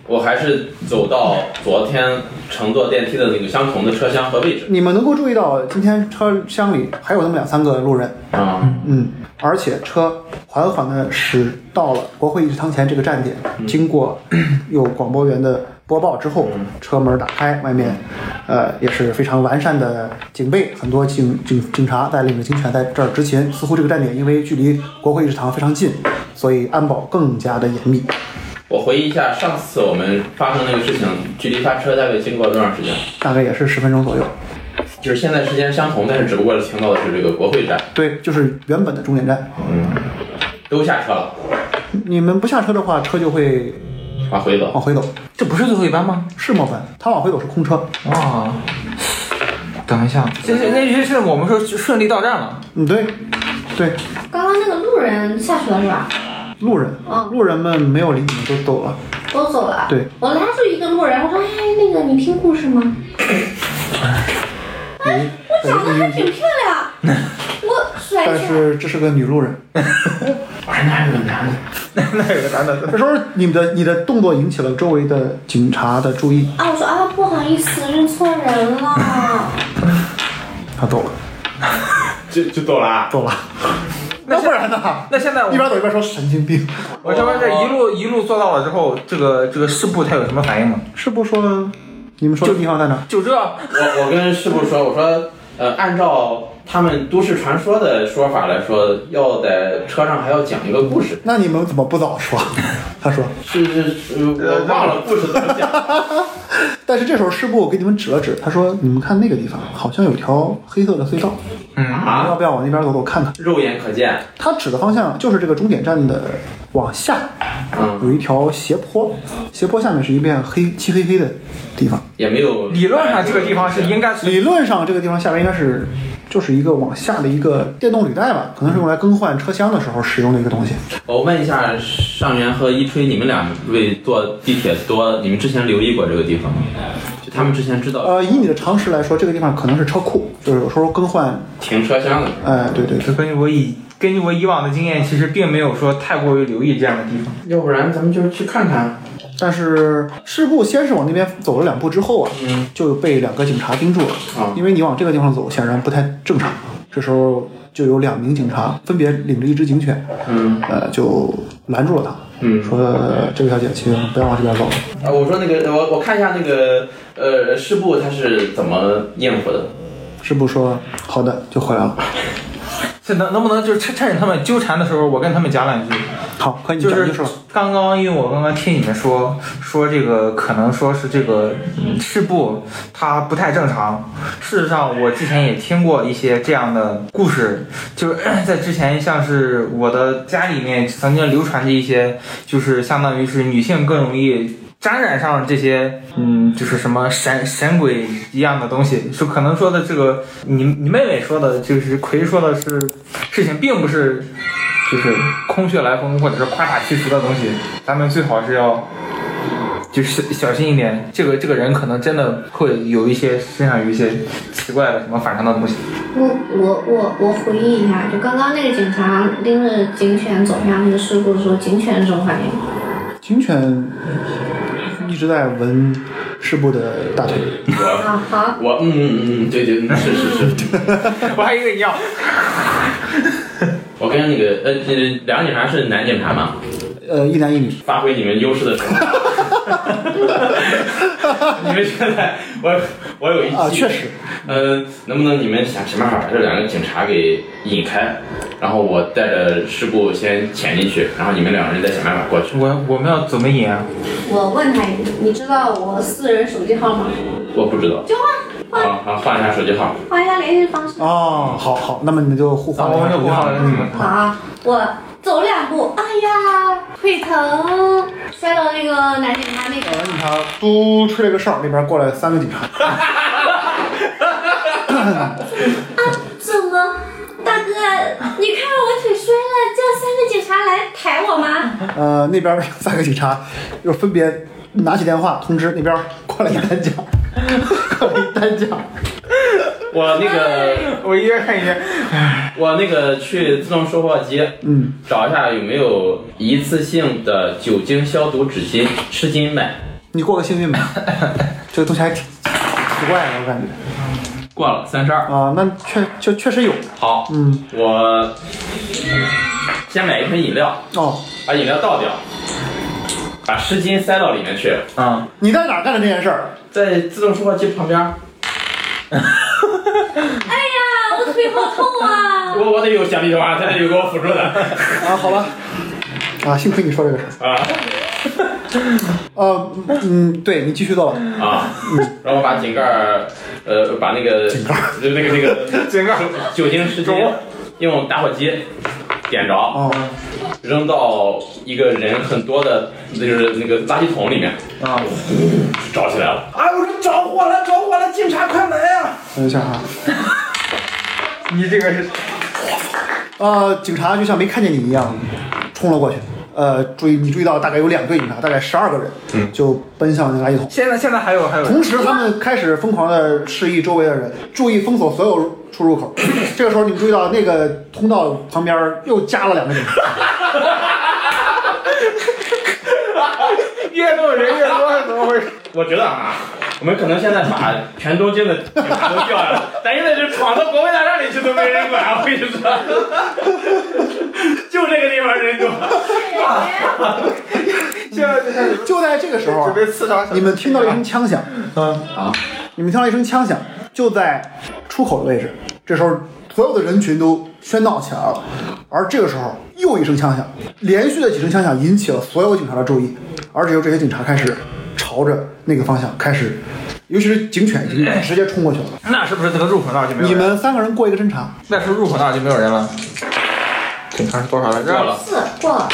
S2: 我还是走到昨天乘坐电梯的那个相同的车厢和位置
S1: 你们能够注意到，今天车厢里还有那么两三个路人，
S2: 啊。
S1: 嗯，而且车缓缓地驶到了国会议事堂前这个站点，经过 有广播员的播报之后，车门打开，外面，呃，也是非常完善的警备，很多警警警察带领着警犬在这儿执勤。似乎这个站点因为距离国会议事堂非常近，所以安保更加的严密。
S2: 我回忆一下上次我们发生那个事情，距离发车大概经过多长时间？
S1: 大概也是十分钟左右。
S2: 就是现在时间相同，但是只不过听到的是这个国会站
S1: 对，就是原本的终点站。
S2: 都下车了，
S1: 你们不下车的话，车就会
S2: 往回走。
S1: 往回走。
S3: 这不是最后一班吗？
S1: 是末班，它往回走是空车。
S3: 啊，等一下，这这那些是我们说顺利到站了，
S1: 嗯，对，对，
S4: 刚刚那个路人下去了是吧？
S1: 路人，
S4: 嗯
S1: 路人们没有理你们，都走了。
S4: 都走了。
S1: 对，
S4: 我拉住一个路人，我说：“哎，那个你听故事吗？”哎，我长得还挺漂亮，我甩
S1: 但
S4: 一下。
S1: 是这是个女路 人。
S2: 我说哎那有个 男的，
S3: 那有个男的，
S1: 这时候你们的你的动作引起了周围的警察的注意，
S4: 啊，我说啊，不好意思，认错人了。
S1: 他走了，
S2: 就就走了啊。
S1: 走了。那不然呢？
S3: 那现在我
S1: 一边走一边说神经病。
S3: 我这边这一路一路做到了之后，这个这个事部他有什么反应吗？
S1: 是不说你们说的地方在哪？
S3: 就这，
S2: 我我跟师傅说，我说呃，按照他们都市传说的说法来说，要在车上还要讲一个故事。
S1: 那你们怎么不早 说？他说。
S2: 是是是，我忘了故事怎么讲。
S1: 但是这时候师部给你们指了指，他说：“你们看那个地方，好像有条黑色的隧道，你们要
S2: 啊，
S1: 不要往那边走走看看
S2: 肉眼可见，？”
S1: 他指的方向就是这个终点站的往下，
S2: 嗯，
S1: 有一条斜坡，斜坡下面是一片黑漆黑黑的地方。
S2: 也没有。
S3: 理论上这个地方是应该是
S1: 理论上这个地方下面应该是就是一个往下的一个电动履带吧，可能是用来更换车厢的时候使用的一个东西。
S2: 我问一下上元和一吹，你们两位坐地铁多，你们之前留意过这个地方吗？就他们之前知道
S1: 呃，以你的常识来说，这个地方可能是车库，就是有时候更换。
S2: 停车厢的。
S1: 哎、对对对，
S3: 这跟我以根据我以往的经验，其实并没有说太过于留意这样的地方。
S2: 要不然咱们就去看看。
S1: 但是事故先是往那边走了两步之后啊，就被两个警察盯住了。
S2: 啊
S1: 因为你往这个地方走，显然不太正常。这时候就有两名警察分别领着一只警犬，
S2: 嗯
S1: 呃，就拦住了他，
S2: 嗯
S1: 说、这位小姐，请不要往这边走。
S2: 啊，我说那个，我我看一下那个呃事故他是怎么应付的。
S1: 师傅说好的，就回来了。
S3: 是能能不能就是趁趁着他们纠缠的时候，我跟他们讲两句？
S1: 好，快你
S3: 就
S1: 讲
S3: 是
S1: 就是了。
S3: 刚刚，因为我刚刚听你们说说这个，可能说是这个嗯事故它不太正常。事实上，我之前也听过一些这样的故事，就是在之前，像是我的家里面曾经流传着一些，就是相当于是女性更容易。沾染上这些，嗯，就是什么神神鬼一样的东西，就可能说的这个，你你妹妹说的，就是奎说的是事情，并不是就是空穴来风或者是夸大其词的东西，咱们最好是要就是小心一点。这个这个人可能真的会有一些身上有一些奇怪的什么反常的东西。
S4: 我我我我回忆一下，就刚刚那个警察拎着警犬走向那个事故的时候，警犬是什么反应？
S1: 警犬一直在闻师傅的大腿。
S2: 我
S4: 啊好，
S2: 我嗯嗯嗯嗯，对对，嗯是是是。
S3: 我还以为你要
S2: 我跟那个呃呃两个警察是男警察嘛，
S1: 呃，一男一女，
S2: 发挥你们优势的时候。 你们现在我我有一期
S1: 啊确实，
S2: 呃，能不能你们想想办法把这两个警察给引开，然后我带着事故先潜进去，然后你们两个人再想办法过去。
S3: 我我们要怎么演啊？
S4: 我问他一句，你知道我私人手机号码吗？
S2: 我不知道，
S4: 就换换
S2: 啊啊，换一下手机号。
S4: 换一下联系方式。
S1: 哦，好好，那么你们就互换
S3: 哦啊我
S1: 了一下
S3: 们
S1: 手
S3: 就不
S1: 机
S3: 要
S1: 号。
S3: 了，嗯
S4: 好啊，我走两步，哎呀，腿疼，摔到那个男警察那个。
S1: 警察嘟吹了个哨，那边过来三个警察。
S4: 怎么，大哥，你看我腿摔了，叫三个警察来抬我吗？
S1: 呃，那边三个警察又分别拿起电话通知那边过来一担架， 过来一担架。
S2: 我那个
S3: 我一边看一边，
S2: 我那个去自动售货机，
S1: 嗯，
S2: 找一下有没有一次性的酒精消毒纸巾、湿巾买。
S1: 你过个幸运吧， 这个东西还挺奇怪的，我感觉
S2: 过了三十二，
S1: 啊、那确确确实有
S2: 好，
S1: 嗯，
S2: 我先买一瓶饮料，
S1: 哦。
S2: 把饮料倒掉，把湿巾塞到里面去，
S3: 嗯，
S1: 你在哪儿干的这件事儿？
S2: 在自动售货机旁边，
S4: 哎呀，我腿好痛啊！
S2: 我我得有奖励的话，才得有给我辅助的
S1: 啊，好吧，啊，幸亏你说这个事儿。
S2: 啊
S1: 呃，嗯，对你继续做吧。
S2: 啊，然后把井盖儿，呃，把那个井
S1: 盖儿，
S2: 就那个那个
S3: 警告，
S2: 酒精湿巾用打火机点着，
S1: 哦，
S2: 扔到一个人很多的，就是那个垃圾桶里面，
S3: 啊，
S2: 着起来了。啊
S5: 哎，我说着火了，着火了，警察快来呀！
S1: 等一下啊，
S3: 你这个是
S1: 呃，警察就像没看见你一样，冲了过去。呃，注意，你注意到大概有两队警察，大概十二个人，嗯，就奔向那个垃圾桶。
S3: 现在现在还有还有
S1: 同时，他们开始疯狂的示意周围的人注意封锁所有出入口。这个时候，你们注意到那个通道旁边又加了两个警察，
S3: 越弄人越多，怎么回事？
S2: 我觉得啊，我们可能现在把全东京的 警察都叫来了，咱现在是闯到国会大厦里去都没人管，我跟你说， 就这个地方人多。
S3: 现在就开始
S1: 就在这个时候啊
S3: 准，备刺杀小
S1: 你们听到一声枪响，啊
S3: 嗯
S1: 你们听到一声枪响，就在出口的位置。这时候，所有的人群都喧闹起来了。而这个时候，又一声枪响，连续的几声枪响引起了所有警察的注意，而且由这些警察开始朝着那个方向开始，尤其是警犬已经直接冲过去了。
S3: 那是不是这个入口那儿就没有
S1: 你
S3: 人？
S1: 们三个人过一个侦查，
S3: 那时候入口那儿就没有人了。警察是多少来着？
S2: 过了，
S4: 四过了，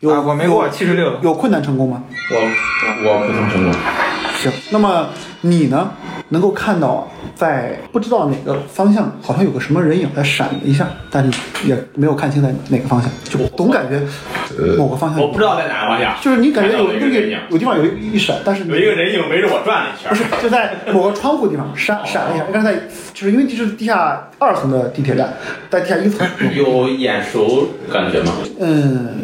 S1: 有、
S3: 啊，我没过七十六。
S1: 有困难成功吗？
S2: 我我普通成功。
S1: 行，那么你呢？能够看到在不知道哪个方向，好像有个什么人影在闪了一下，但是也没有看清在哪个方向，就总感觉某个方向
S5: 呃我，不知道在哪个方
S2: 啊
S5: 向，
S1: 就是你感觉有
S5: 看到了一
S1: 那
S5: 个
S1: 个
S5: 人影，
S1: 有地方有一一闪，但是你
S5: 有一个人影围着我转了一圈
S1: 不。是就在某个窗户地方
S5: 哦
S1: 闪闪了一下，应该是在就是因为这是地下二层的地铁站，在地下一 层，
S2: 有眼熟感觉吗？
S1: 嗯，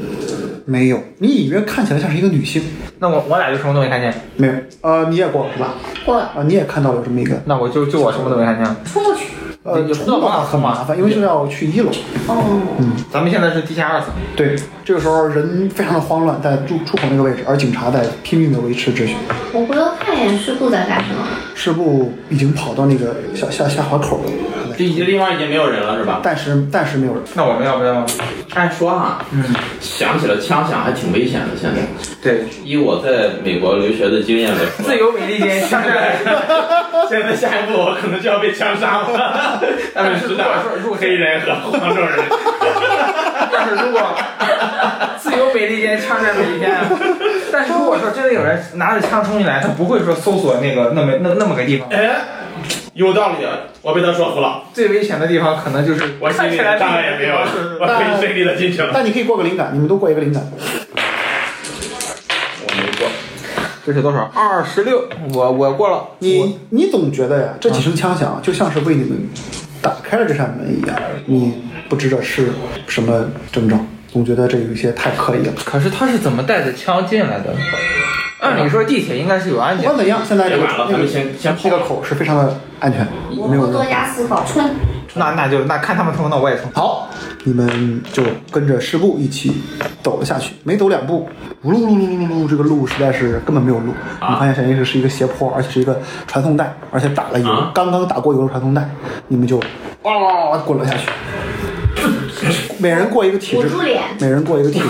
S1: 没有，你隐约看起来像是一个女性，
S3: 那我我俩就什么都没看见，
S1: 没有，呃，你也过是吧？
S4: 过了，
S1: 啊，你也看到有这么一个，
S3: 那我就就我什么都没看见。
S4: 冲过去。
S1: 呃，
S3: 也不知
S1: 通
S3: 道往
S1: 道
S3: 哪
S1: 很
S3: 冲
S1: 麻烦，因为是要去一楼，
S4: 哦，
S3: 咱们现在是地下二层，
S1: 对，这个时候人非常的慌乱，在出出口那个位置，而警察在拼命的维持秩序。
S4: 我回头看一眼师傅在干什么。
S1: 师部已经跑到那个下下下滑口了，
S2: 这一个地方已经没有人了是吧？
S1: 但是但是没有人。
S3: 那我们要不要？
S2: 按说啊，
S3: 嗯，
S2: 想起了枪响还挺危险的。现在
S3: 对，
S2: 以我在美国留学的经验来说，
S3: 自由美利坚现在，
S5: 现在下一步我可能就要被枪杀了。
S3: 但是如果说如果
S5: 黑人和黄种人，
S3: 但是如果自由美利坚枪战美利坚啊， 但是如果说真的有人拿着枪冲进来，他不会说搜索那个那么那那么个地方，
S5: 哎，有道理，我被他说服了，
S3: 最危险的地方可能就是
S5: 我心
S3: 看
S5: 里
S3: 起来
S5: 障碍也没有 了，我可以顺利的进去了。
S1: 但你可以过个灵感，你们都过一个灵感。
S2: 我没过。
S3: 这是多少？二十六，我我过了。
S1: 你你总觉得呀，这几声枪响就像是为你们打开了这扇门一样，你不知道是什么征兆，总觉得这有一些太刻意了。
S3: 可是他是怎么带着枪进来的？按理说地铁应该是有安
S1: 不
S3: 检
S1: 管，怎样，现在这个
S2: 别管了
S1: 那
S2: 咱
S1: 个
S2: 们先先
S1: 这个口是非常的安全，
S4: 我
S1: 没有
S4: 不
S1: 人
S4: 多。加思考，冲！
S3: 那那就那看他们冲，那我也冲。
S1: 好，你们就跟着师部一起走了下去。没走两步，呜噜噜噜噜噜噜，这个路实在是根本没有路。
S3: 啊
S1: 你发现显然是是一个斜坡，而且是一个传送带，而且打了油，
S2: 啊
S1: 刚刚打过油的传送带，你们就哇哇哇哇滚了下去。每人过一个体
S4: 捂
S1: 质，
S4: 住脸
S1: 每人过一个 体质。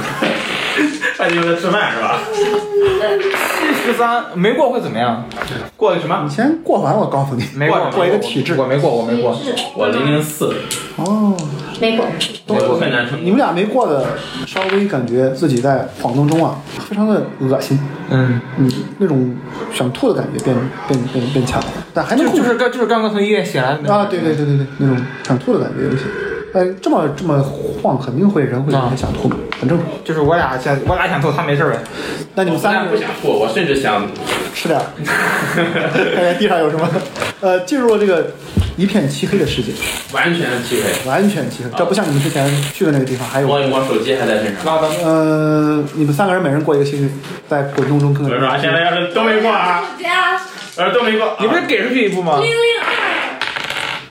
S5: 饭店在吃饭是吧？
S3: 十三没过会怎么样？
S5: 过去什么
S1: 你？先过完，我告诉你，
S3: 没过，
S1: 过一个体质
S3: 我。没过，我没过
S4: 体，质
S2: 我零零四，
S1: 哦，
S4: 没过，
S2: 我很难成
S1: 你们俩没过的，稍微感觉自己在晃动中啊，非常的恶心。
S3: 嗯，
S1: 嗯，那种想吐的感觉变变变变强了，但还能
S3: 就
S1: 控
S3: 就
S1: 制
S3: 是刚就是刚刚从医院醒来
S1: 啊，对对对对对，那种想吐的感觉有些，呃，这么这么晃，肯定会人会
S3: 啊
S1: 很想吐嘛，很正常。
S3: 就是我俩想我俩想吐，他没事呗。
S1: 那你
S2: 我
S1: 们
S2: 三
S1: 三
S2: 然
S1: 个
S2: 不
S1: 人
S2: 想吐，我甚至 想
S1: 吃点儿， 看看地上有什么。呃，进入了这个一片漆黑的世界，
S2: 完全匹配。
S1: 完全漆黑，这不像你们之前去的那个地方还有。
S2: 摸一摸手机还在身上，
S3: 那咱们
S1: 呃，你们三个人每人过一个星期，在滚动中更
S5: 我说啊现在要是都没过啊，
S4: 这样
S5: 我说都没过，啊
S3: 你不是给出去一步吗
S4: 零？零二，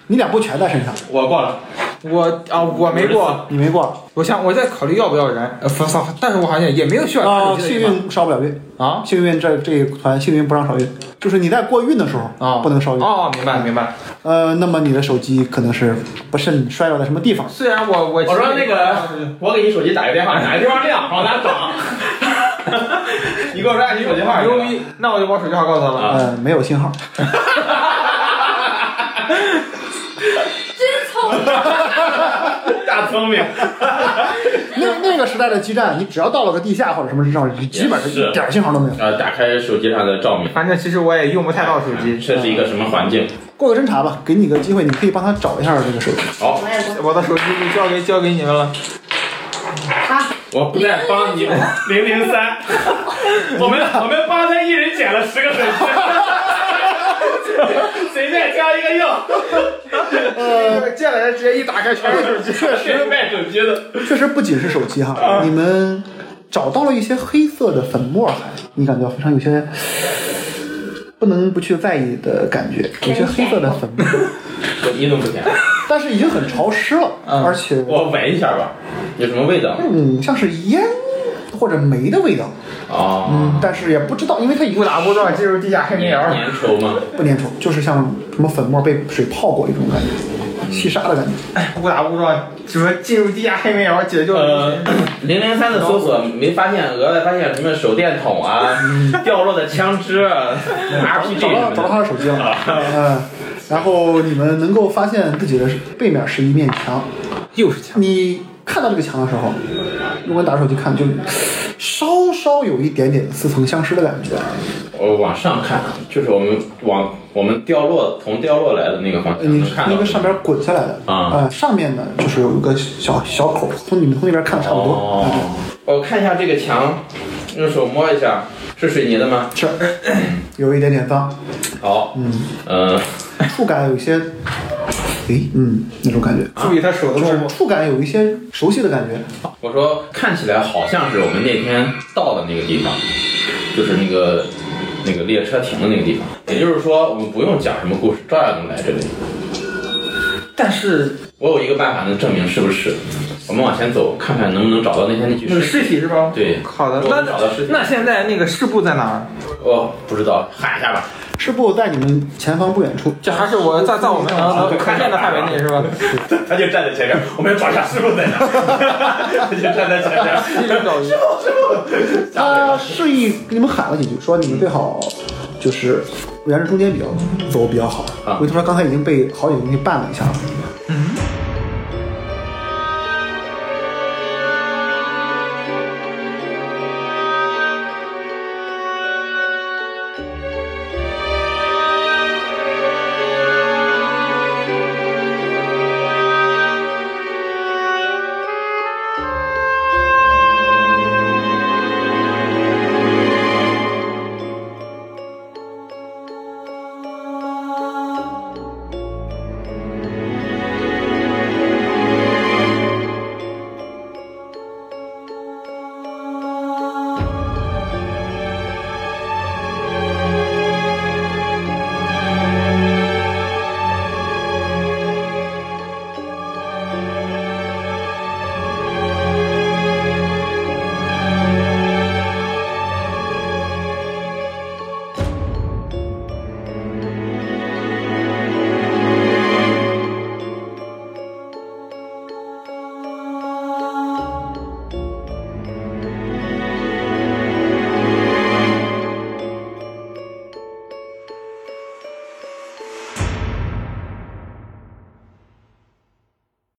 S1: 你俩不全在身上，
S5: 我过了，
S3: 我啊，我没过，
S1: 你没 过
S3: 我想我在考虑要不要人，呃，不操，但是我好像也没有需要拿
S1: 啊，
S3: 手机
S1: 幸
S3: 的地
S1: 运烧不了运。
S3: 方啊
S1: 幸运这这一团幸运不让烧运，就是你在过运的时候
S3: 啊，
S1: 不能烧运。
S3: 哦，明白明白。
S1: 呃，那么你的手机可能是不慎摔到了什么地方。
S3: 虽然我我
S5: 我说那个，我给你手机打个电话，哪个地方亮，往哪 转。啊你给我说按你手机号，
S3: 牛逼，哎那我就把手机号告诉他了。
S1: 呃，没有信号。
S4: 真聪明，
S5: 大聪明，
S1: 那那个时代的基站，你只要到了个地下或者什么地方，你基本上
S2: 是
S1: 一点信号都没有。
S2: 呃，打开手机上的照明，
S3: 反正其实我也用不太到手机，
S2: 这是一个什么环境？
S1: 过个侦查吧，给你个机会，你可以帮他找一下这个手机。
S2: 好，
S4: 我也过。
S3: 我的手机就交给交给你们了。
S4: 啊，
S2: 我不再帮你，
S5: 零零 三，我们我们帮他一人捡了十个手 机，随便挑一个用，
S3: 呃，进来直接一打开全是手机。
S5: 谁是卖手机的？
S1: 确实不仅是手机
S3: 啊
S1: 哈，你们找到了一些黑色的粉末还，你感觉非常有些不能不去在意的感觉，有些黑色的粉 末，
S2: 我一都不舔，
S1: 但是已经很潮湿了，
S3: 嗯
S1: 而且
S2: 我闻一下吧，有什么味道？
S1: 嗯，像是烟或者煤的味道，
S2: 哦，
S1: 嗯，但是也不知道，因为它已经
S3: 误打误撞进入地下黑煤
S2: 粘
S3: 窑，
S2: 粘稠吗？
S1: 不粘稠，就是像什么粉末被水泡过一种感觉，细沙的感觉。
S3: 误打误撞什么进入地下黑煤窑解救
S2: 呃
S3: 了。，
S2: 零零三的搜索没发现，额外发现什么手电 筒啊、掉落的枪支啊、
S1: 嗯
S2: RPG
S1: 找到
S2: 什
S1: 找到
S2: 么
S1: 他的手机
S2: 啊
S1: 了，嗯，然后你们能够发现自己的背面是一面墙，
S3: 又是枪，
S1: 你看到这个墙的时候，如果你打手机看，就稍稍有一点点似曾相识的感觉。
S2: 的。我往上看，啊就是我们往我们掉落从掉落来的那个方向
S1: 你
S2: 能看
S1: 嗯那
S2: 到
S1: 个。上边滚下来的
S2: 啊
S1: 呃，上面呢就是有一个小小口，从你们从那边看差不多。
S2: 哦
S1: 嗯
S2: 我看一下这个墙，用手摸一下，是水泥的吗？
S1: 是， 有一点点脏，
S2: 好，嗯，呃，
S1: 触感有一些，诶，嗯，那种感觉，
S3: 注意他手的
S1: 就
S3: 动
S1: 是
S3: 作。
S1: 触感有一些熟悉的感觉。
S2: 我说看起来好像是我们那天到的那个地方，就是那个那个列车停的那个地方。也就是说，我们不用讲什么故事，照样能来这里。
S3: 但是
S2: 我有一个办法能证明是不是。我们往前走，看看能不能找到那天那具
S3: 那个
S2: 尸体。
S3: 尸体是吧？
S2: 对
S3: 好的，
S2: 我
S3: 那
S2: 们找到尸体
S3: 那现在那个尸部在哪儿？
S2: 哦，不知道，喊一下吧。
S1: 是不在你们前方不远处，
S3: 这还是我在在我们能能看见的范围内是 吧？
S2: 他就站在前面，我们要找一下师傅在哪。 他就站在前面。
S3: 一直找一个
S1: 他示意给你们喊了几句，说你们最好就是沿着中间比较走比较好
S2: 啊。
S1: 因为他说刚才已经被好几个东西绊了一下了，